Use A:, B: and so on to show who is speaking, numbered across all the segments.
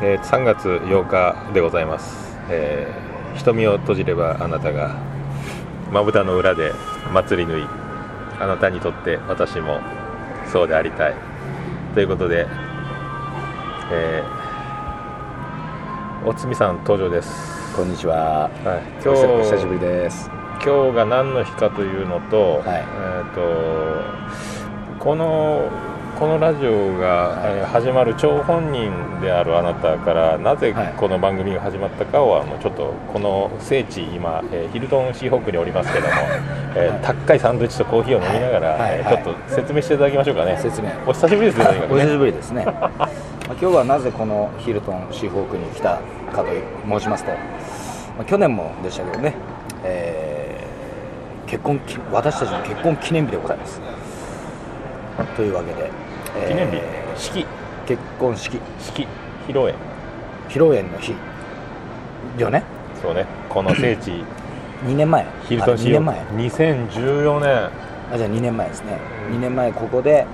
A: えー3月8日でございます、えー瞳を閉じればあなたがまぶたの裏で祭り縫いあなたにとって私もそうでありたいということで、えーおつみさん登場です、
B: こんにち
A: は
B: は。
A: い、今
B: お久
A: 日
B: お久しぶりです。
A: 今日が何の日かというのと,、
B: はい
A: えー、とこのこのラジオが
B: はい
A: えー始まる張本人であるあなたからなぜ
B: はい
A: この番組が始まったかをあのちょっとこの聖地今、えーヒルトンシーホークにおりますけども、 えー高いサンドイッチとコーヒーを飲みながら、
B: はい
A: えー
B: はい
A: ちょっと説明していただきましょうかね
B: 説明
A: お久しぶりですねとにか
B: お
A: くね
B: 久しぶりですね。まあ今日はなぜこのヒルトンシーホークに来たかと申しますと、まあ去年もでしたけどね、えー結婚記私たちの結婚記念日でございます。というわけで、えー
A: 記念日式
B: 結婚式
A: 式披露宴
B: 披露宴の日よね。
A: そうねこの聖地
B: 2年前。
A: ヒルトンシ
B: あ
A: ー
B: 二年
A: ホ
B: 前。
A: ーク2014年
B: あじゃあ2年前ですね、
A: うん
B: 2年前ここで、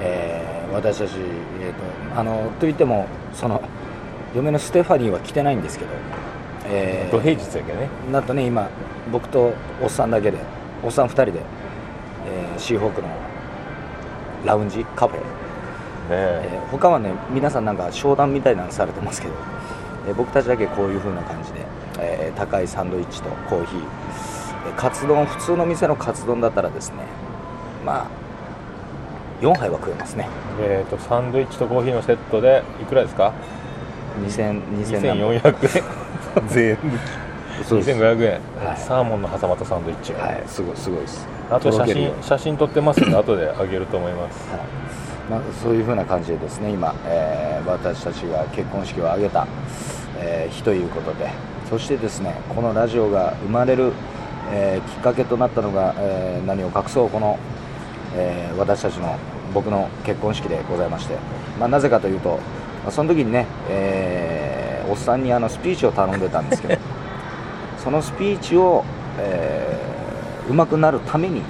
B: えー私たち、えーとあのといってもその嫁のステファニーは来てないんですけど、えー
A: 土平日やけどね
B: なんとね今僕とおっさんだけでおっさん2人で、えーシーホークのラウンジカフェ、
A: ねえ
B: えー他はね皆さんなんか商談みたいなのされてますけど、えー僕たちだけこういう風な感じで、えー高いサンドイッチとコーヒーえーカツ丼普通の店のカツ丼だったらですねまあ4杯は食えますね
A: えー、とサンドイッチとコーヒーのセットでいくらですか
B: 2000 2400
A: 2400円税抜き
B: そうです
A: 2500円、
B: はい
A: サーモンの挟まったサンドイッチ、
B: はいすごいすごいです
A: あと写
B: とろけるよう
A: 真
B: に
A: 写真撮ってますので後であげると思います
B: はいまあ、そういうふうな感じでですね今、えー私たちが結婚式を挙げた、えー日ということでそしてですねこのラジオが生まれる、えーきっかけとなったのが、えー何を隠そうこの、えー私たちの僕の結婚式でございまして、まあ、なぜかというと、まあその時にね、えーおっさんにあのスピーチを頼んでたんですけどそのスピーチを、えー、うまくなるために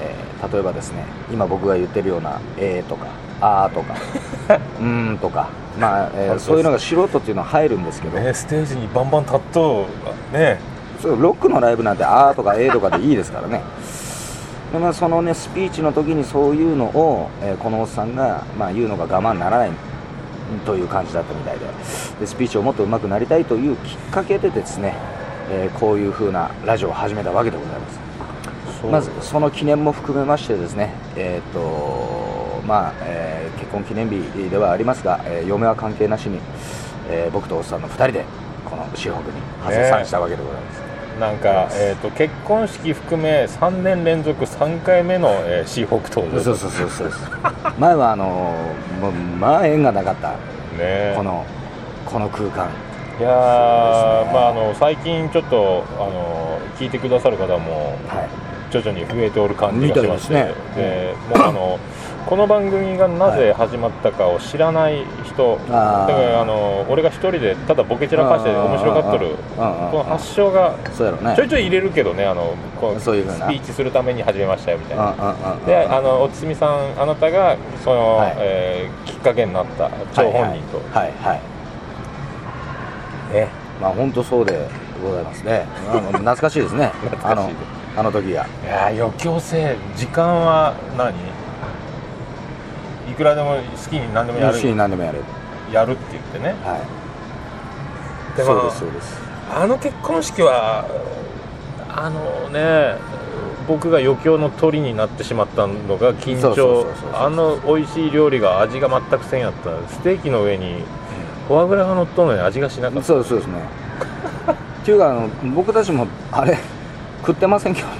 B: えー例えばですね今僕が言ってるような「えー」とか「あー」とか「うーん」とか、まあえー
A: 本当です
B: そういうのが素人っていうのは入るんですけど、
A: ねステージにバンバン立っとうね
B: そうロックのライブなんて「あー」とか「えー」とかでいいですからねで、まあ、そのねスピーチの時にそういうのを、えーこのおっさんが、まあ、言うのが我慢ならないという感じだったみたいででスピーチをもっと上手くなりたいというきっかけでですね、えーこういう風なラジオを始めたわけでございます
A: そう
B: まずその記念も含めましてですね、えーとまあえー結婚記念日ではありますが、えー嫁は関係なしに、えー僕とおっさんの2人でこのシーホークに発散したわけでございます、
A: なんか、えー、と結婚式含め3年連続3回目の、えー、シーホーク登場
B: そうそうそうそう前はあのーもうまあ縁がなかった
A: ね
B: このこの空間
A: いやー
B: そうですね
A: まああの最近ちょっとあの聞いてくださる方も
B: はい
A: 徐々に増えておる感じがしまして、
B: みたいで
A: でもうあ のこの番組がなぜ始まったかを知らない人、
B: あー
A: だからあの俺が一人でただボケ散らかして面白がっとる
B: あーあーあー
A: この発祥が
B: そうやろね
A: ちょいちょい入れるけどねあのこ
B: そういう
A: スピ
B: ふうな
A: ーチするために始めましたよみたいな。
B: あ
A: であのおつみさんあなたがその、
B: はい
A: えーきっかけになった張本人と、
B: はいはい、はい
A: ね
B: まあ本当そうでございますねあの懐かしいですね
A: 懐かしい
B: あのあの時が
A: いやー余興性時間は何いくらでも好きに何でもや
B: 楽しい
A: る
B: 何でもやれる
A: やるって言ってね
B: はい
A: でも
B: そうですそうです
A: あの結婚式はあのね僕が余興の鳥になってしまったのが緊
B: そうそ
A: 張
B: うそうそう
A: あの美味しい料理が味が全くせんやったステーキの上にフォアグラが乗っとんのに味がしなかった
B: そうですそうですね っていうかあの僕たちもあれ食ってませんけどね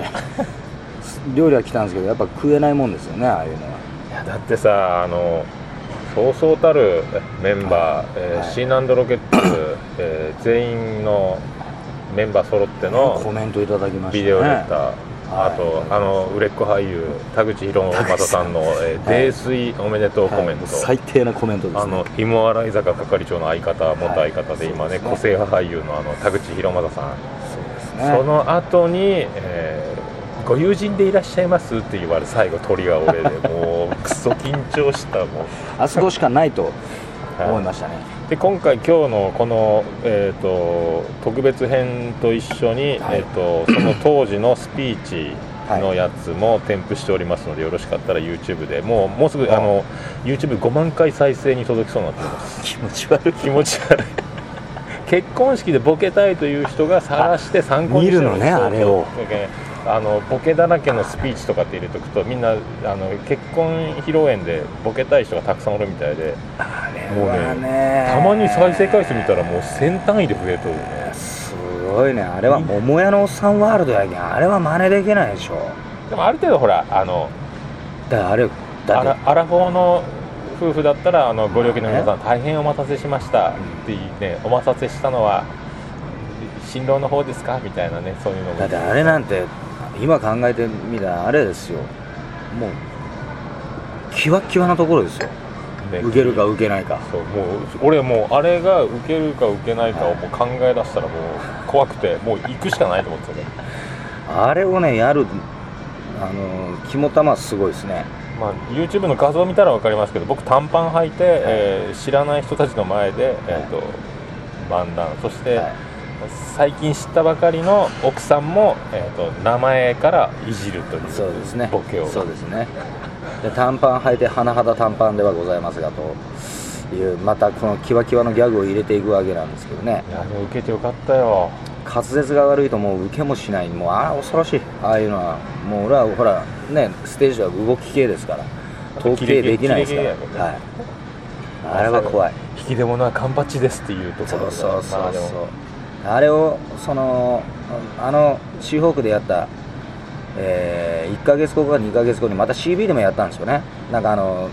B: 料理は来たんですけどやっぱ食えないもんですよねああいうのはい
A: やだってさあのそうそうたるメンバー、えー
B: はい
A: C 難度ロケッツ、えー全員のメンバー揃って
B: コ
A: の
B: メントいただきましたね
A: ビデオレター、
B: はい
A: あと、あの売れっ子俳優田口博正さんの「えー
B: はい
A: 泥酔おめでとうコメン
B: はい
A: ト」
B: 最低なコメントですね
A: あの芋洗坂係長の相方元相方で、
B: はい
A: 今ね
B: そう
A: 個
B: です
A: 性
B: ね
A: 派俳優のあの田口博正さん、
B: そうですね
A: その後に、えーご友人でいらっしゃいます?」って言われ最後鳥が俺でもうクソ緊張したもう
B: あそこしかないと
A: はい
B: 思いましたね、
A: で今回今日のこの、えー、と特別編と一緒に、
B: は
A: えー、
B: い
A: とその当時のスピーチのやつも添付しておりますので、よろしかったら YouTube でもうもうすぐあの YouTube5 万回再生に届きそうになっています
B: 気持ち 悪い
A: 気持ち悪い結婚式でボケたいという人が晒して参考にしてる
B: 見るのね
A: そうそう
B: あれを
A: あのボケだらけのスピーチとかって入れておくとみんなあの結婚披露宴でボケたい人がたくさんおるみたいで
B: あれ
A: もう
B: は
A: ね
B: ね
A: たまに再生回数見たらもう1000単位で増えとるね
B: すごいねあれは桃屋のおっさんワールドやけんあれは真似できないでしょ
A: でもある程度ほらあの
B: だからあれだ
A: ア
B: って
A: ラアラフォーの夫婦だったらあのご両親の皆さん大変お待たせしましたって言って、ね、お待たせしたのは新郎の方ですかみたいなねそういうのも
B: だってあれなんて今考えてみたらあれですよもうキワッキワなところですよ
A: ね
B: 受けるか受けないか
A: そうもう俺もうあれが受けるか受けないかをもう考え出したらもう怖くてもう行くしかないと思ってたね
B: あれをねやるあの肝玉すごいですね
A: まあ、YouTube の画像見たら分かりますけど僕短パン履いて、えー知らない人たちの前で、えー、と漫談そして、
B: はい
A: 最近知ったばかりの奥さんも、えー、と名前からいじるという
B: そうですね
A: ボケを
B: そうですねで短パン履いて甚だ短パンではございますがというまたこのキワキワのギャグを入れていくわけなんですけどね
A: いやあれ受けてよかったよ
B: 滑舌が悪いともう受けもしないもうああ恐ろしいああいうのはもう俺はほらねステージは動き系ですから統計できないですか
A: キ
B: ら、
A: レキレキレキレや
B: はい、あれは怖い
A: 引き出物は缶バッチですっていうとこ
B: そ
A: ろ
B: うそうそうそう、
A: まあ
B: あ
A: でも、
B: れをそのあのシーホークでやった、え1ヶ月後か2ヶ月後にまた CB でもやったんですよねなんかあの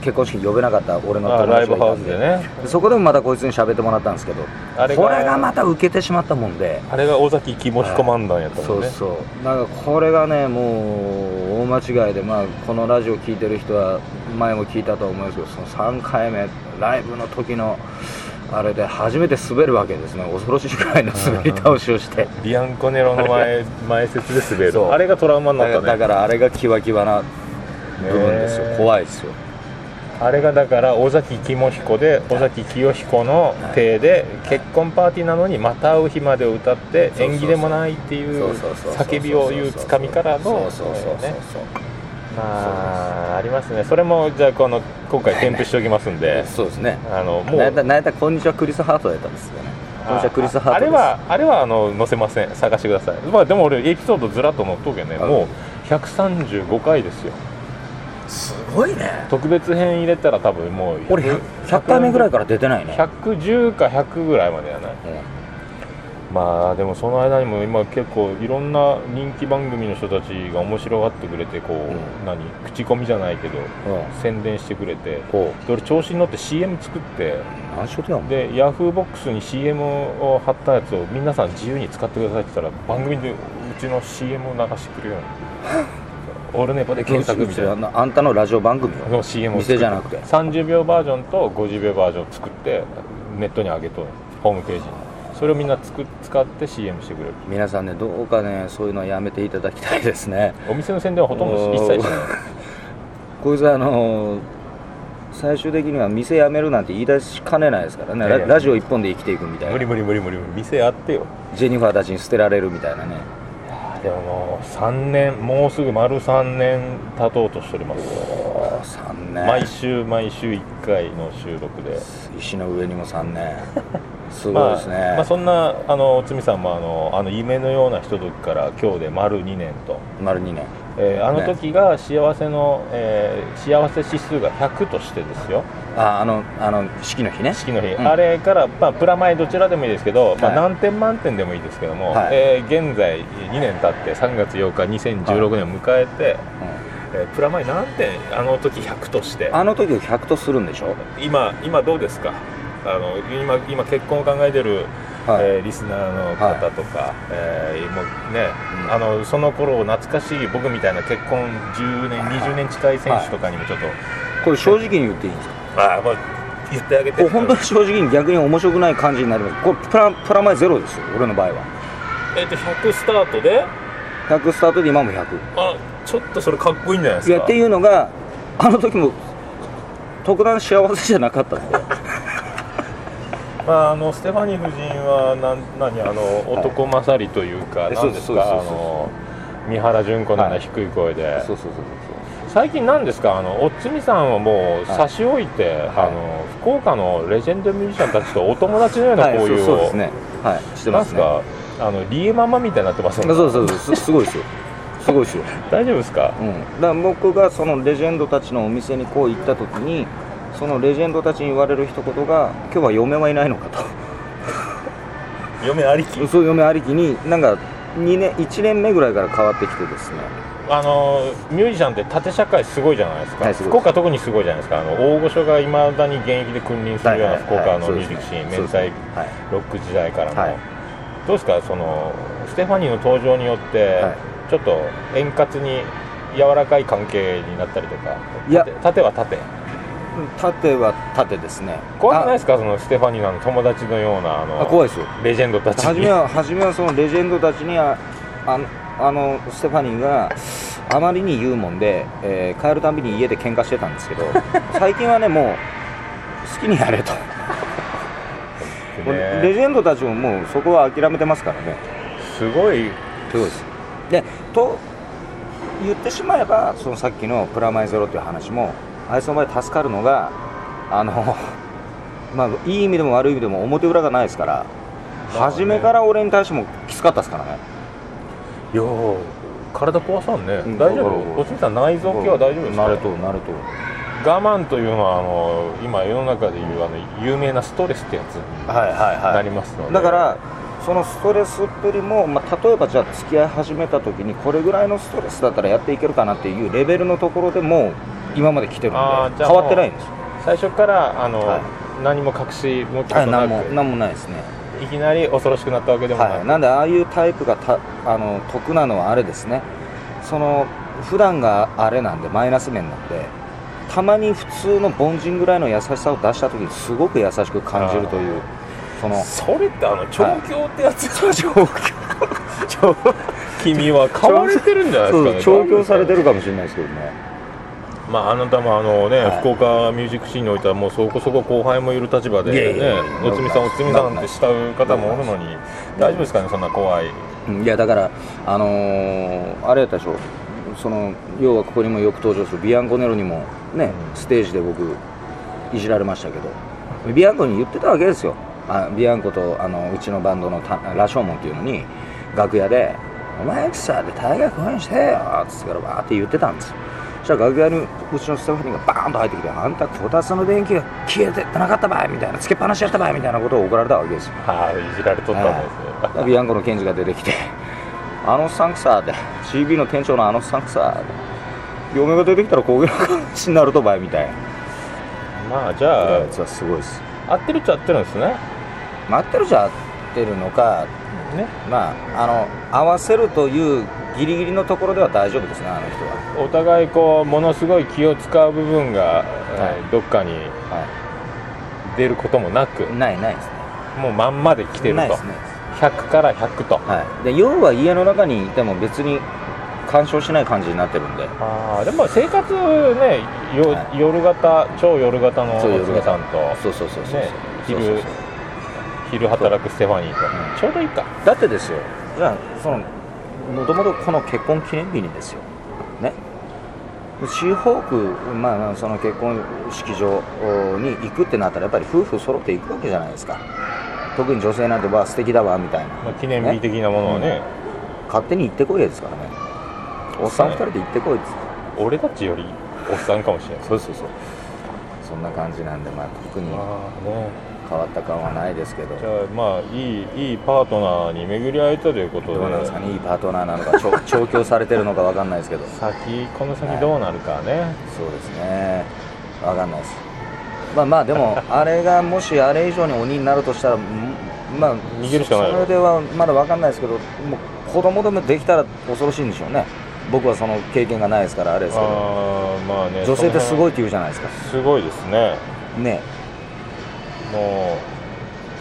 B: 結婚式に呼べなかった俺の
A: まあ
B: 友
A: ライ
B: 達
A: ブ
B: がい
A: ハ
B: た
A: ウス
B: ん
A: で
B: で
A: ね
B: そこでもまたこいつに喋ってもらったんですけど
A: あれが
B: これがまた受けてしまったもんで
A: あれが尾崎肝彦漫談やったも
B: そ
A: ん
B: う
A: ね
B: そうなんかこれがねもう大間違いで、まあ、このラジオ聞いてる人は前も聞いたと思うんですけどその3回目ライブの時のあれで初めて滑るわけですね恐ろしいくらいの滑り倒しをして
A: ビアンコネロの前前説で滑
B: そう
A: るあれがトラウマに
B: だか
A: な
B: ら
A: った
B: だ
A: ね
B: からあれがキワキワな部分ですよ、
A: ね
B: 怖いですよ
A: あれがだから尾崎肝彦で尾崎清彦の体で結婚パーティーなのに「また会う日まで」を歌って
B: そうそうそう
A: 縁起でもないっていう叫びを言うつかみからの
B: そうそうそうそう
A: ねまあありますねそれもじゃあこの今回添付しておきますんで
B: そうですね
A: あのも
B: なんやった
A: う
B: なんやったらこんにちはクリス・ハートだったんですよねこんにちはクリス・ハート
A: あ
B: で
A: れ
B: す
A: はあれはあの載せません探してくださいまあでも俺エピソードずらっと載っとくけどね
B: はい
A: もう135回ですよ
B: すごいね
A: 特別編入れたら多分もう
B: 俺 100, 回目ぐらいから出てないね、
A: 110か100ぐらいまでやない
B: うん
A: まあでもその間にも今結構いろんな人気番組の人たちが面白がってくれてこう、
B: うん
A: 何口コミじゃないけど
B: うん
A: 宣伝してくれて
B: ほ
A: で俺調子に乗って CM 作って
B: う何しようとやもん
A: でヤフーボックスに CM を貼ったやつを皆さん自由に使ってくださいって言ったら番組でうちの CM を流してくれるよ うにオルネポで検索みたいな
B: あのあんたのラジオ番組を
A: の CM を作
B: 店
A: っ
B: じゃなくて
A: 30秒バージョンと50秒バージョン作ってネットに上げとるホームページにそれをみんなつく使って CM してくれる
B: 皆さんねどうかねそういうのはやめていただきたいですね
A: お店の宣伝はほとんど一切しない
B: こいつはあのー最終的には店辞めるなんて言い出しかねないですから
A: いや
B: ねラ
A: いや
B: ラジオ一本で生きていくみたい
A: 無理
B: な
A: 無理無理無理無理店あってよ
B: ジェニファーたちに捨てられるみたいなね
A: でももう3年もうすぐ丸3年経とうとしております
B: あ3年
A: 毎週毎週1回の収録で
B: 石の上にも3年 すごいですね、
A: まあまあ、そんなあのおつみさんもあのあの夢のようなひとときから今日で丸2年と、
B: 丸2年
A: えーあの時が幸せの、えー幸せ指数が100としてですよ
B: ああのあの式の日ね
A: 式の日、
B: うん
A: あれから、まあ、プラマイどちらでもいいですけど、まあ、
B: はい
A: 何点満点でもいいですけども、
B: はい
A: えー現在2年経って3月8日2016年を迎えて、えープラマイ何点あの時100として
B: あの時を100とするんでしょ
A: 今今どうですかあの今今結婚を考えてる、
B: はい、
A: えーリスナーの方とか、えーもうね、
B: うん
A: あのその頃懐かしい僕みたいな結婚10年20年近い選手とかにもちょっと、
B: これ正直に言っていいんですか
A: ああもう言ってあげて
B: こう本当に正直に逆に面白くない感じになりますこれプラプラマイゼロですよ俺の場合は
A: えっと100スタートで
B: 100スタートで今も100
A: あちょっとそれかっこいいんじゃないです
B: い
A: か
B: やっていうのがあの時も特段幸せじゃなかったんで
A: まあ、あのステファニー夫人はなん何あの
B: い
A: 男勝りというか、
B: え
A: なんです
B: そうで
A: か
B: すそう
A: あ
B: です
A: の三原純子のような低い声で、
B: そうそうそう
A: 最近なんですかあのおっつみさんをもう差し置いて、
B: はい
A: あの福岡のレジェンドミュージシャンたちとお友達のような
B: はい、
A: 交
B: そ
A: 友
B: うそうで
A: を
B: すねはいして
A: な
B: ま
A: ん
B: す
A: す
B: ね
A: かあのリエママみたいになってますよね
B: そうそうそうすすごいですよすごいですよ
A: 大丈夫ですか
B: うん、だから僕がそのレジェンドたちのお店にこう行った時にそのレジェンドたちに言われる一言が「今日は嫁はいないのか」
A: 嫁ありき
B: とそう嫁ありきになんか2年1年目ぐらいから変わってきてですね
A: あのミュージシャンって縦社会すごいじゃないですか、
B: はいすごい
A: 福岡特にすごいじゃないですかあの大御所がいまだに現役で君臨するような福岡のミュージックシーン、
B: そう
A: 明
B: ですね
A: 細
B: はい
A: ロック時代からの、
B: はい
A: どうですかそのステファニーの登場によって、
B: はい
A: ちょっと円滑に柔らかい関係になったりとか
B: いや
A: 縦縦は縦
B: 縦は縦ですね
A: 怖くないですかそのステファニーのあの友達のようなあ
B: あ
A: の
B: あ怖いですよ
A: レジェンドたち
B: 初
A: に
B: めは初めはそのレジェンドたちにああのあのステファニーがあまりに言うもんで、えー帰るたびに家で喧嘩してたんです けど最近はねもう好きにやれと、もう
A: ね
B: レジェンドたちももうそこは諦めてますからね
A: すごい
B: そうですでと言ってしまえばそのさっきのプラマイゼロという話もあいつの場合助かるのがあの まあいい意味でも悪い意味でも表裏がないですから
A: まあね
B: 初めから俺に対してもきつかったですからね
A: いやー体壊さんね、
B: うん
A: 大丈
B: わかるわか
A: 夫
B: る
A: おつみさん内臓系は大丈夫ですか
B: なるとなると
A: 我慢というのはあの今世の中でいうあの有名なストレスってやつに
B: はいはい
A: なりますので、
B: だからそのストレスっぷりも、まあ、例えばじゃあ付き合い始めた時にこれぐらいのストレスだったらやっていけるかなっていうレベルのところでもう今まで来てる
A: あー
B: ん
A: じ
B: で
A: ゃあ
B: 変わってないんですよ
A: 最初からあの、
B: はい
A: 何も隠し持ち
B: は
A: こ
B: い
A: と
B: な
A: なん
B: も
A: く
B: なんもないですね
A: いきなり恐ろしくなったわけでもなく、
B: はい、なんでああいうタイプがたあの得なのはあれですねその普段があれなんでマイナス面なんでたまに普通の凡人ぐらいの優しさを出した時にすごく優しく感じるというその
A: それってあの調教ってやつ、調教 君は買われてるんじゃないですかね
B: そう調教されてるかもしれないですけどね
A: まあ、あなたもあの、ね
B: はい
A: 福岡ミュージックシーンにおいてはもうそこそこ後輩もいる立場で、
B: いやいやい
A: ねお
B: や、
A: つみさん、おつみさんって慕う方もおるのに大丈夫ですかね、そんな怖 い、
B: うんいやだからあのーあれやったでしょその要はここにもよく登場するビアンコネロにも
A: う
B: ね、
A: ん
B: ステージで僕いじられましたけどビアンコに言ってたわけですよあビアンコとあのうちのバンドのたラショーモンっていうのに楽屋で「お前エクサで大概公演してよ」っつってからバーって言ってたんですよそしたら楽屋にうちのスタッフにがバーンと入ってきて「あんたこたつの電気が消えてなかったばい」みたいな「つけっぱなしやったばい」みたいなことを怒られたわけですよ
A: はい、いじられとったんですね。
B: ビアンコの検事が出てきて、あのサンクサーで、CB の店長のあのサンクサーで、嫁が出てきたらこういう話になるとばいみたいな、
A: まあじゃ
B: やつはすごいです。
A: あ合ってるっちゃ合ってるんですね
B: 待ってるじゃ合ってるのか、
A: ね
B: まあ、あの合わせるというギリギリのところでは大丈夫ですね、あの人は。
A: お互いこうものすごい気を使う部分が、
B: い
A: えーどっかに
B: は
A: 出ることもなく
B: い、ないないです
A: もうまんまで来て
B: ね。
A: る
B: ない
A: と、
B: ですね。
A: 100から100と
B: はい、で要は家の中にいても別に干渉しない感じになってるんで、
A: あーでも生活ねよ、
B: は
A: 夜型超夜型の
B: そう夜型
A: おさんと
B: そうそうそうそうそう、
A: ね
B: そうそうそう
A: 昼働くステファニーと、
B: うん
A: ちょうどいいか
B: だってですよじゃあそのもともとこの結婚記念日にですよねシーホーク、まあまあ、その結婚式場に行くってなったらやっぱり夫婦揃って行くわけじゃないですか特に女性なんてわあ素敵だわみたいな
A: まあ、記念日的なものをね
B: 勝手に行ってこいですからねおっさん2人で行ってこいっつって
A: 俺たちよりおっさんかもしれない
B: そうそうそうそんな感じなんで、まあ、特に
A: まあね
B: 変わった感はないですけど
A: じゃあまあいいいいパートナーに巡り会えたということで
B: どうなんですかねいいパートナーなのかちょ調教されてるのか分かんないですけど
A: 先この先どうなるかね、
B: そうですね分かんないですまあまあ でもあれがもしあれ以上に鬼になるとしたらんまあ
A: 逃げるしかない
B: それではまだ分かんないですけどもう子供でもできたら恐ろしいんでしょうね僕はその経験がないですからあれですけど
A: あーまあね
B: 女性ってす
A: い
B: ごいって言うじゃないですか
A: すごいですね
B: ね
A: も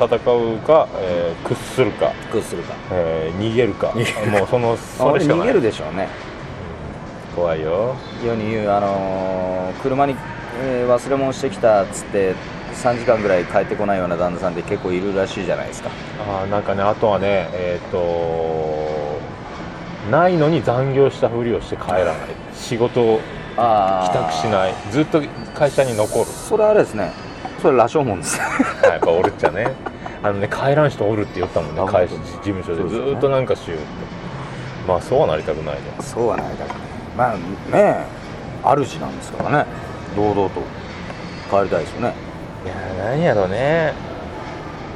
A: う戦うか、えー屈するか、
B: クッするか
A: えー逃げるかもうその
B: あ
A: それ
B: 俺
A: しか
B: 逃
A: な
B: げ
A: い
B: るでしょうね
A: 怖いよ
B: 世に言うあのー車に、えー忘れ物してきたっつって3時間ぐらい帰ってこないような旦那さんって結構いるらしいじゃないですか
A: あーなんかねあとはねえっ、とないのに残業したふりをして帰らない仕事を
B: あ
A: 帰宅しないずっと会社に残る
B: それあれですねそれ羅生門 ですね
A: はいやっぱおるっちゃねあのね帰らん人おるって言ったもんね
B: あ
A: 会社
B: 本当
A: 事務所
B: そ
A: で
B: う
A: ず
B: ですよね
A: ーっとなんかしようってまあそうはなりたくないね
B: そうはないだろうねまあね主なんですからね堂々と帰りたいですよね
A: いやー何やろね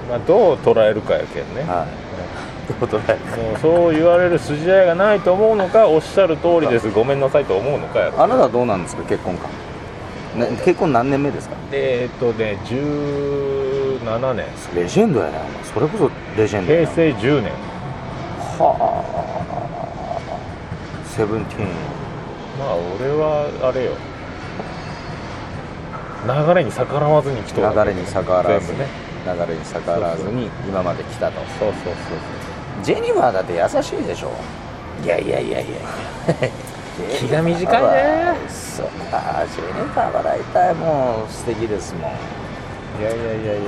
A: まあどう捉えるかやけんね
B: はいどう捉え
A: もうそう言われる筋合いがないと思うのかおっしゃる通りですごめんなさいと思うのかやろ
B: あなたはどうなんですか結婚か、ね、結婚何年目ですか
A: でえっとね17年
B: レジェンドやねお前それこそレジェンドや
A: 平
B: ね
A: 成10年
B: はあセブンティーン
A: まあ俺はあれよ流れに逆らわずに来とる
B: 流れに逆らわず
A: 全部
B: に、
A: ね
B: 流れに逆らわずに今まで来たと
A: そうそうそう
B: ジェニファーだって優しいでしょいやいやいやいや
A: 気が短いね
B: そあジェニファーは大体もう素敵ですもんあ
A: そういやいやいやいや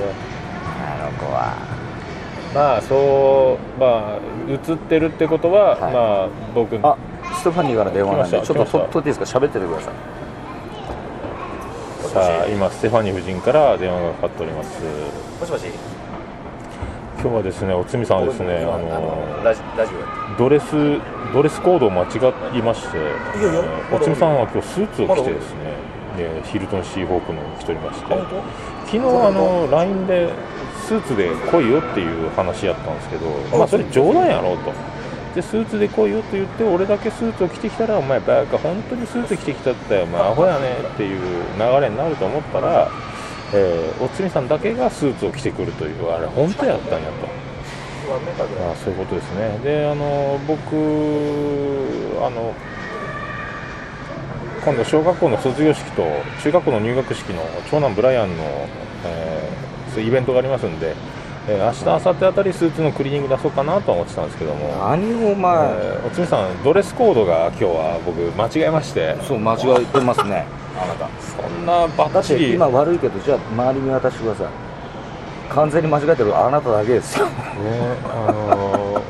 B: の子は
A: まあそうまあ映ってるってことは、
B: はい
A: まあ僕
B: あステファニーから電話なんで
A: 来まし
B: ち
A: た
B: ょっと
A: 来ました
B: 取っといていいですか喋っててください
A: さあ今ステファニー夫人から電話がかかっております
B: もしもし
A: 今日はですねおつみさんはですねあ
B: 今
A: の
B: ラジラジオやって
A: ドレスドレスコードを間違いまして
B: いやいや
A: あのおつみさんは今日スーツを着て
B: まだ
A: ですねでヒルトンシーホークのを着ておりまして
B: あ本
A: 昨日あの LINE でスーツで来いよっていう話やったんですけどまあそれ冗談やろうとでスーツで来いよって言って俺だけスーツを着てきたらお前バカ本当にスーツ着てきたってお前アホやねっていう流れになると思ったら、えーおつみさんだけがスーツを着てくるというあれ本当やったんやと。あそういうことですねであの僕あの今度小学校の卒業式と中学校の入学式の長男ブライアンの、えーそういうイベントがありますんで、えー明日明後日あたりスーツのクリーニング出そうかなとは思ってたんですけども、
B: 何をお
A: え
B: 前、
A: ーおつみさんドレスコードが今日は僕間違えまして
B: そう間違えてますねあなた
A: そんなバッ
B: だっ
A: チ
B: て
A: リ
B: 今悪いけどじゃあ周り見渡してください完全に間違えてるあなただけですよ
A: ねあのー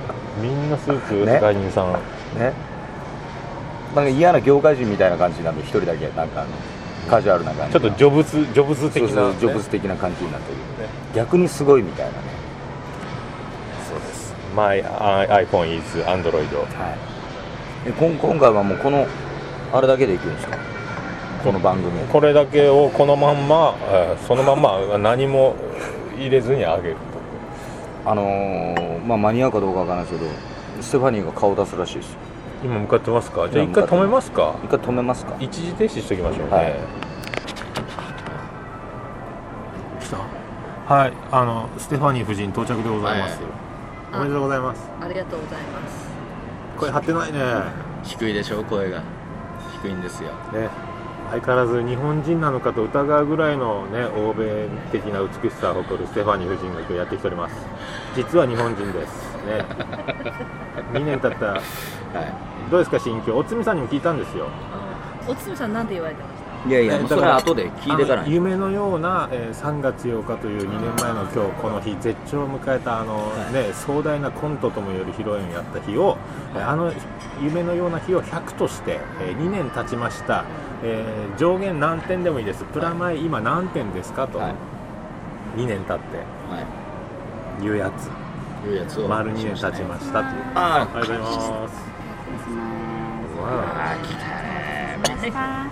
A: みんなスーツ、
B: ね
A: 外人さん
B: ねなんか嫌な業界人みたいな感じなんで一人だけなんかあのカジュアルな感じ
A: ちょっとジョブズジョブズ的
B: そう
A: な、
B: そう
A: ね
B: ジョブズ的な感じになってる、
A: ね
B: 逆にすごいみたいなねそうです、
A: My iPhone is Android
B: はい、えこん今回はもうこのあれだけでいくんですかこの番組
A: これだけをこのまんまえーそのまんま何も入れずにあげる
B: あのーまあ間に合うかどうかわからないですけどステファニーが顔出すらしいですよ
A: 今向かってますか
B: じゃあ一回止めます
A: か
B: 一回止めますか
A: 一時停止しときましょうね、
B: はい
A: 来たはいあのステファニー夫人到着でございます、
B: は
A: おめでとうございます
C: ありがとうございます。
A: これ張ってないね
B: 低いでしょ声が低いんですよ
A: ね相変わらず日本人なのかと疑うぐらいのね欧米的な美しさを誇るステファニー夫人が今日やってきております実は日本人ですね2年経った
B: は
A: どうですか心境おつみさんにも聞いたんですよ
C: おつみさんなんて言われてました。
B: いいやいや、
A: ね
B: それは後で聞いてか
A: あ
B: ら
A: の
B: ね
A: 夢のような、えー3月8日という2年前の今日この日絶頂を迎えたあの、ね、壮大なコントともよる披露宴をやった日を、えーあの夢のような日を100として、え2年経ちました、えー上限何点でもいいですプラマイ今何点ですかと、
B: はい
A: 2年経って
B: は
A: いうやつ
B: いいうやつを
A: 丸2年経ちましたという
B: あ
A: おはようございます
B: あ来たね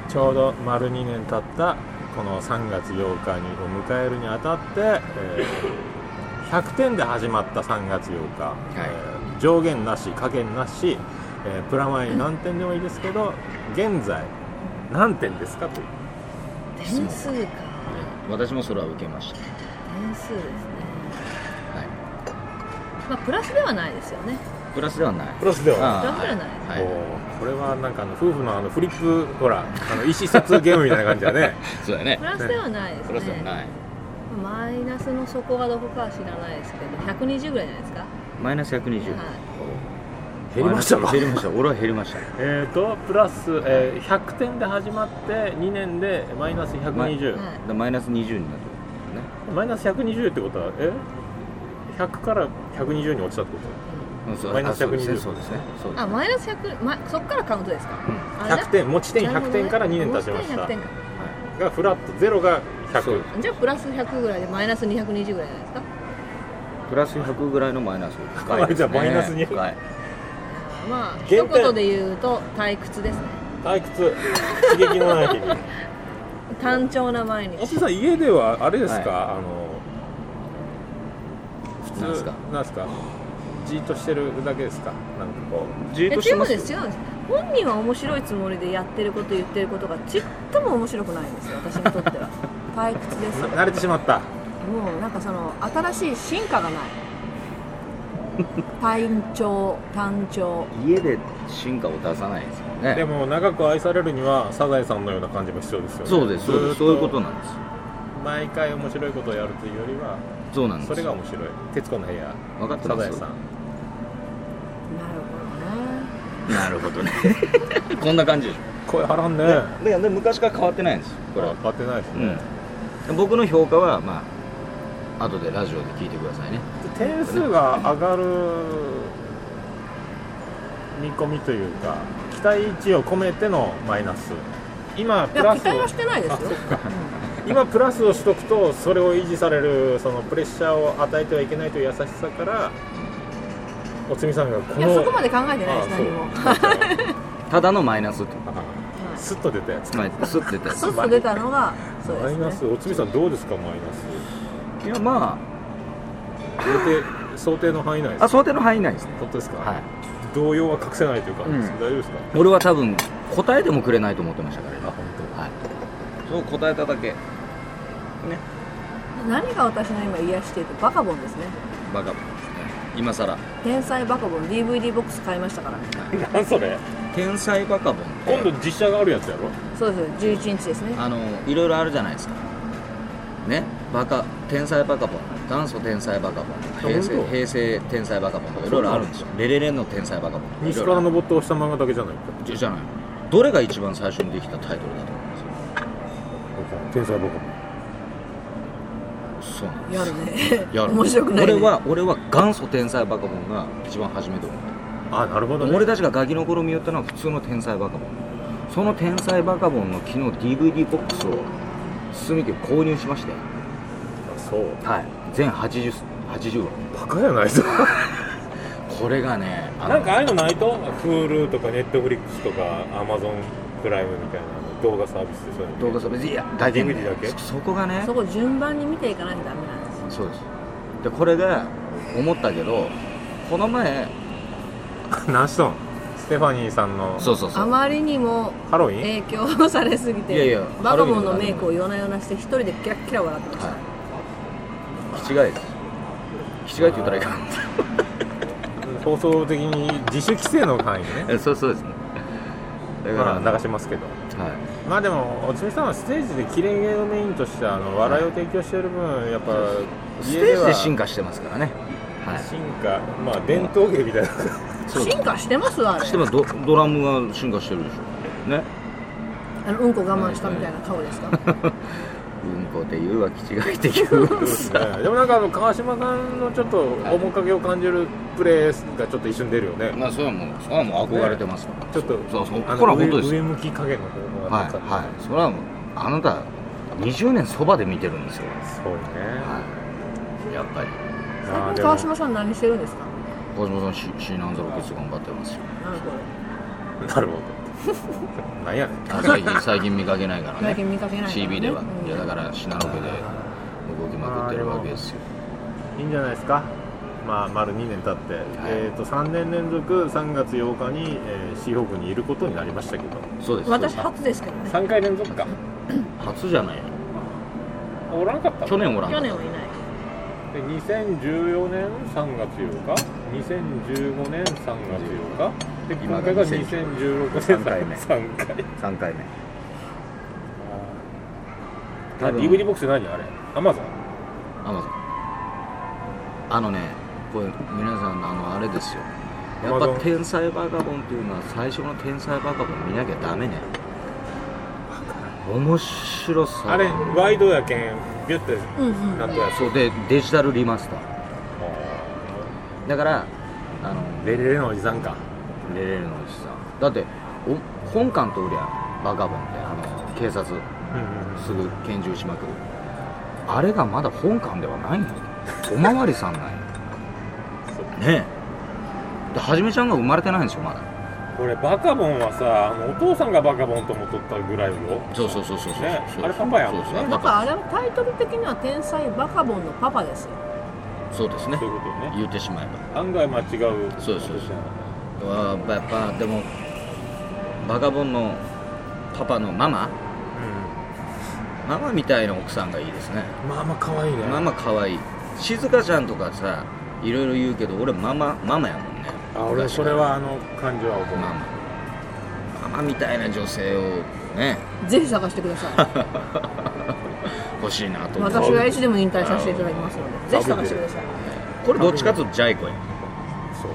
A: ちょうど丸2年経ったこの3月8日にを迎えるにあたって、えー100点で始まった3月8日、えー上限なし加減なし、えープラマイ何点でもいいですけど現在何点ですかという
C: 点数か。
D: 私もそれは受けました、
C: 点数ですね。
D: は
C: まあプラスではないですよね。
D: い、プラスではない
A: プロスで
D: あ
C: プラ
D: あ
C: スでは
D: は
C: ない。
D: いはい
A: これはなんかあの夫婦のあのフリップほらあの意思疎通ゲームみたいな感じだ ね
D: そうだよね
C: プラスではないです
D: プラスでは
C: ね。
D: ない
C: マイナスの底がどこかは知らないですけど、120ぐらいじゃないですか。は
D: マイナス120、
C: い。
A: 減りましたか
D: 減りました俺は減りました
A: えーとプラス、えー100点で始まって2年でマイナス120、
C: はい
D: だマイナス20になるね
A: マイナス120ってことはえ100から120に落ちたってこ
B: うんそう
A: マイナス
B: あそうですね
A: 120
B: そうですねそうです
C: あマイナス100、ま、そっからカウントですか
A: と
C: あれ
A: 100点持ち点100点から2年経ちまし
C: 100
A: た
C: 点か
A: がフラットゼロが
B: そ
A: 100
B: う
C: じゃあプラス100ぐらいでマイナス220ぐらいじゃないですか
B: プラス100ぐらいのマイナス深いです、ね、
A: じゃあマイナス200
B: 深い
C: まあ一
A: 減点
C: 言で言うと退屈ですね
A: 退屈刺激のない日々
C: 単調な毎
A: お
C: 日
A: さん家ではあれですか、あの普
B: なんす
A: 通
B: か
A: なんすかじーっとしてるだけですかなんかこう
B: じ
C: え
B: ーっ
C: 違
B: として
C: うん
B: ます
C: です違うんです本人は面白いつもりでやってること言ってることがちっとも面白くないんですよ私にとって は退屈です
A: な慣れてしまった
C: もうなんかその新しい進化がない単調単調
B: 家で進化を出さないですよね
A: でも長く愛されるにはサザエさんのような感じも必要ですよね
B: そうですそうですそういうこと
A: な
B: なんです
A: 毎回面白いことをやるというよりは
B: そうなんです
A: それが面白い「徹子の部屋」
B: 分かって
A: サ
B: ま
A: ザ
B: す
A: エさん
C: なるほどね
B: なるほどね こんな感じでしょ
A: 声張らんね
B: だから昔から変わってないんですよこれは
A: あ当てないです
B: う
A: ね、
B: ん僕の評価はまあ後でラジオで聞いてくださいね
A: 点数が上がる見込みというか期待値を込めてのマイナス今
C: い
A: プ
C: や
A: ラ
C: 期
A: ス
C: 待
A: を
C: はしてないですよ
A: 今プラスをしとくとそれを維持されるそのプレッシャーを与えてはいけないという優しさからおつみさんがこ
C: いや
A: の
C: そこまで考えてない
A: あ
C: です何 も
A: あそうなんか
B: ただのマイナスって
A: あスッと出たやつ
B: まあすってたやつ
C: スッと出たのがそうです
A: マ
C: ね
A: イナスおつみさんどうですかマイナス
B: いやま
A: 想定想定の範囲内です
B: あ
A: か
B: あ想定の範囲内ですね
A: 本当ですか、
B: はい
A: 動揺は隠せないというか、
B: うん
A: 大丈夫ですか
B: 俺は多分答えてもくれないと思ってましたから今
A: 本
B: はいそう答えただけね
C: 何が私の今癒しているバカボンですね
B: バカボン今さら
C: 天才バカボン DVD ボックス買いましたから
A: 当なんそれ
B: 天才バカボンって
A: 今度実写があるやつやろ
C: そうです11日ですね
B: あのいろいろあるじゃないですかねバカ天才バカボン元祖天才バカボン平
A: 本
B: 成
A: 当
B: 平成天才バカボンとかいろいろあるんですよレレレンの天才バカボン
A: 西から
B: の
A: 登って押した漫画だけじゃないか
B: じゃないどれが一番最初にできたタイトルだと思います
A: 天才僕
B: そうなんです
C: やるね
B: やる
C: 面白くないね
B: 俺は俺は元祖天才バカボンが一番初めて思った
A: あなるほど、ね、
B: 俺たちがガキの頃見よったのは普通の天才バカボンその天才バカボンの昨日 DVD ボックスを進みて購入しまして
A: そう
B: はい全80 80話
A: バカやないぞ
B: これがねあの
A: なんかああいうのないと Hulu とか Netflix とか Amazon プライムみたいな動画サービスでそういうの
B: 動画サービスいや大体ね
A: DVD だけ
B: そそこがね
C: そこ順番に見ていかないとダメなんです
B: そ
C: よ
B: うですでこれが思ったけどこの前
A: 何しとんステファニーさんの
B: そうそうそ
C: あ
B: う
C: まりにも
A: ハロウィン
C: 影響されすぎて
B: いやいや
C: バカボンのメイクを夜な夜なして一人でキラッキラ笑ってました、
B: はい気違いです気違いって言ったらいか
A: 放送的に自主規制の範囲でね
B: んそうそうですねだ
A: まあ流
B: し
A: しますけど
B: はい
A: まあでもおつみさんはステージで綺麗芸をメインとしてあの笑いを提供してる分やっぱ
B: ステ
A: 家で
B: ージ
A: は
B: で進化してますからねはい
A: 進化まあ伝統芸みたいな
B: そうです
C: 進化してますわあれ
B: してもドドラムが進化してるでしょね
C: あのうんこ我慢したみたいな 顔ですか
B: うんこって言うわ気違いって言うわ
A: ですね でもなんかあの川島さんのちょっと面影を感じるプレーがちょっと一瞬出るよね、
B: まあそれはもうそれはもう憧れてますから、
A: ちょっと
B: そうそうこ
A: あの
B: れは本当です
A: 上上向き加減の方が
B: はい
A: なんか
B: はいそれはもうあなた20年そばで見てるんですよ、
A: そうね
B: はい、やっぱり
C: 最
A: あー
C: 近
A: でも
C: 川島さん何してるんですか
B: 小島さんシシーナンザロケツ頑張ってますよ
C: なんか
A: な
C: こ
A: るほど なんやねん
B: あ最近最近見かけないから
C: れ最近
B: ね
C: 見かけないからね
B: CB では
C: うん
B: いやだからシナロケで動きまくってるわけですよ
A: いいんじゃないですかまあ丸2年経って、えー、と3年連続3月8日に、えー、シーホークにいることになりましたけど
B: そうです
C: 私
B: そうで
C: 初ですけどね
A: 3回連続か
B: す初じゃないよ
A: おらんかった
B: 去年おらんか
C: 去
B: っ
C: 年はいない
A: で2014年3月8日2015年3月8日で今回が2016年
B: 三回目
A: 3回
B: た3回目
A: あ DVD ボックス何あれアマゾン
B: アマゾンあのねこれ皆さんあのあれですよやっ
A: Amazon
B: ぱ天才バカボンっていうのは最初の天才バカボン見なきゃダメね面白さ
A: あれワイドやけんビュッて
C: うんう
A: なっ
C: ん
A: たやつ
B: そうでデジタルリマスターだからあの
A: レレレのおじさんか
B: レレレのおじさんだってお本館と売りゃバカボンってあの警察
A: うんうん
B: すぐ拳銃しまくるあれがまだ本館ではないのおまわりさん なんよねえではじめちゃんが生まれてないんでしょまだ
A: 俺バカボンはさあのお父さんがバカボンと思っとったぐらいよ
B: そうそうそうそうそう、
A: ね
B: そう
A: あれパパやもんね
B: そうそう
C: だからあれはタイトル的には「天才バカボンのパパ」ですよ
B: そうですね
A: そういうことよね
B: 言ってしまえ
A: 案外間違う
B: そうですそうです
A: ことや
B: ばわあやっぱでもバカボンのパパのママママみたいな奥さんがいいですね
A: うんまあまあ可愛いね
B: ママ可愛い静香ちゃんとかさいろいろ言うけど俺ママママやもんね
A: あ俺それはあの感情は
B: マ
A: 思う
B: マママみたいな女性をね
C: ぜひ探してください
B: 欲しいなと思う
C: 私がいつでも引退させていただきますのでぜひ探してください
B: これどっちかというとジャイコや
A: そうね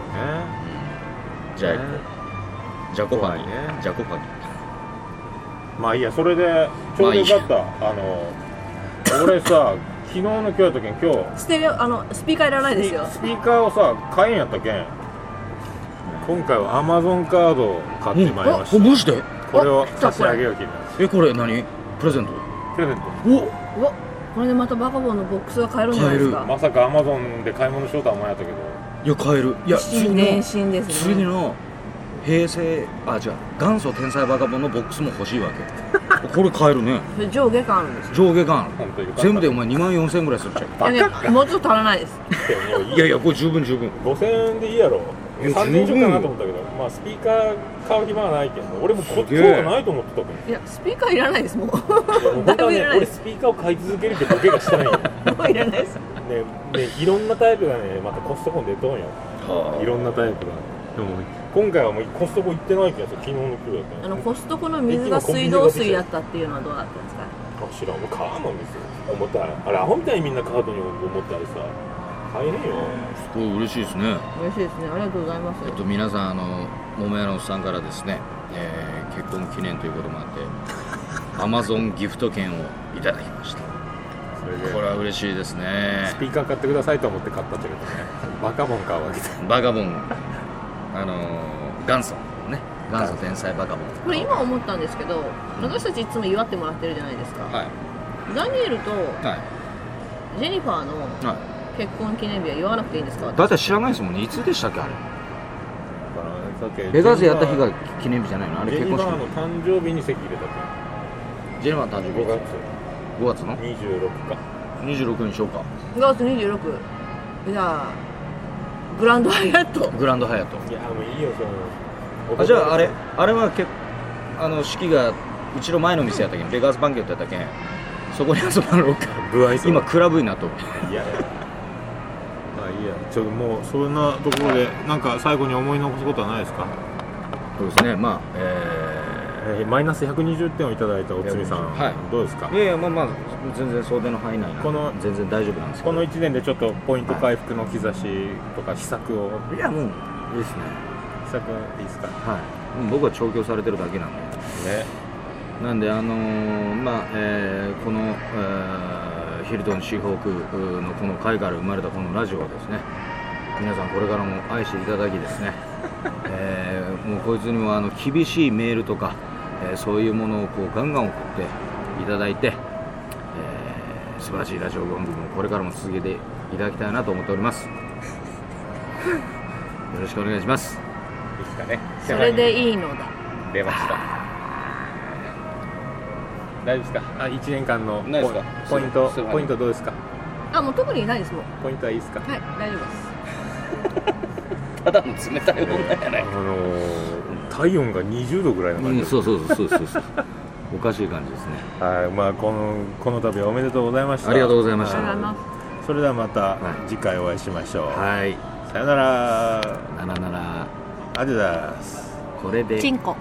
B: ジャイ
A: ね
B: コジャコパギ、
A: 怖いね
B: ジャコパギ
A: まあいいやそれでちょうどよかった、あ、の俺さ 昨日の今日やったけん今日
C: ステレオあのスピーカーいらないですよ
A: スピーカーをさ買えんやったけん今回はアマゾンカードを買ってまいりました、
B: マジで
A: これを差し上げよう気になる
B: えこれ何プレゼント
A: プレゼント
B: お
C: うわこれでまたバカボンのボックスが買えるんじゃないですか
A: まさかアマゾンで買い物しようとは思わなかったけど
B: いや買えるいや次
C: 新
B: の
C: 年新です
B: 次
C: ね
B: の平成あ違う元祖天才バカボンのボックスも欲しいわけ これ買えるね
C: それ上下感あるんですよ
B: 上下感
A: 本当よかった
B: 全部でお前2万4000円ぐらいするじゃ
A: バ
C: いや
A: カ
C: ねもうちょっと足らないです
A: っても
B: ん
A: う
B: いやいやこれ十分十分
A: 5000円でいいやろ
B: いや
A: 3年以上
B: 十分
A: かなと思ったけどまあスピーカー買う暇はないけど俺もこ
B: す
A: 今
B: げ
A: 日
B: え
A: はないと思ってたけ
C: いやスピーカーいらないですもう
A: どい
C: も
A: やもう本当は
C: だいぶい
A: ね
C: らない
A: 俺スピーカーを買い続けるってボケがしてないよ
C: ういらないです
A: ねねいろんなタイプがねまたコストコに出とんよいろんなタイプがでも今回はもうコストコ行ってないけど昨日の今日やった
C: あのコストコの水が水道水やったっていうのはどうだったんです
A: あ知
C: か
A: らん俺買わんのんですよ思ったらあれアホみたいにみんなカードに思ったりさ買えねえよ
B: すごい嬉しいですね
C: 嬉しいですねありがとうございます
B: えっと皆さんあの桃屋のおっさんからですね、えー結婚記念ということもあって アマゾンギフト券をいただきました
A: それ
B: これは嬉しいですね
A: スピーカー買ってくださいと思って買ったんだけどねバカボン買うわけだ
B: バカボンあのー元祖ね元祖天才バカボン
C: これ今思ったんですけど私たちいつも祝ってもらってるじゃないですか、
B: はい
C: ダニエルと
B: はい
C: ジェニファーの
B: はい
C: 結婚記念日は言わなくていいんですか
B: だいたい知らないですもんねいつでしたっけあれ
A: からさっき
B: ベガーズやった日が記念日じゃないのあれ
A: ジェ
B: 結
A: ニ
B: 婚
A: バ
B: 式
A: ーの誕生日に席入れたけ
B: ジェニバーの誕
A: ん5
B: 生
A: 月
B: 日5月の
A: 26か
B: 26にしようか
C: 5月26じゃあグランドハイアット
B: グランドハヤト
A: いやもういいよその
B: あじゃああれあれはけあの式がうちの前の店やったけんベガーズバンケットやったけんそこに集まろうか
A: 不愛想
B: 今クラブになっとる
A: いやいやまあいいやちょっともうそんなところでなんか最後に思い残すことはないですか、
B: そうですねまあえ
A: えーマイナス120点をいただいたおつみさん、
B: はい
A: どうですか
B: ーいやいやまあまあ全然想定の範囲内なんで
A: この
B: 全然大丈夫なんですけ
A: こ
B: ど
A: の1年でちょっとポイント回復の兆しとか秘策を
B: いやもういいですね
A: 秘策いいですかね
B: はいもう僕は調教されてるだけなんでなんで、あのーまあえーこの、えーヒルトンシーホークのこの会から生まれたこのラジオはですね皆さんこれからも愛していただきですね、 えーもうこいつにもあの厳しいメールとか、えーそういうものをこうガンガン送っていただいて、えー素晴らしいラジオ番組をこれからも続けていただきたいなと思っておりますよろしくお願いします
A: いいですかね
C: それでいいのだ
A: 出ました大丈夫ですかあ1年間の
B: ないですか
A: ポイポイント
B: すいません
A: ポイントどうですか
C: あもう特にないですもん
A: ポイントはいいですか
C: はい大丈夫です
B: ただの冷たい女や
A: あのー体温が20度ぐらいの感じ
B: う
A: で
B: ん、
A: す
B: そうそうそうそうそう そうおかしい感じですね
A: はい、まあこのこの度はおめでとうございました。
B: ありがとうございました
C: ありがとうござ
A: は
C: いま
A: い
C: す
A: それではまた
B: はい
A: 次回お会いしましょう。
B: はい
A: さよなら。
B: ならなら
A: アディダス。
B: これで
C: チンコ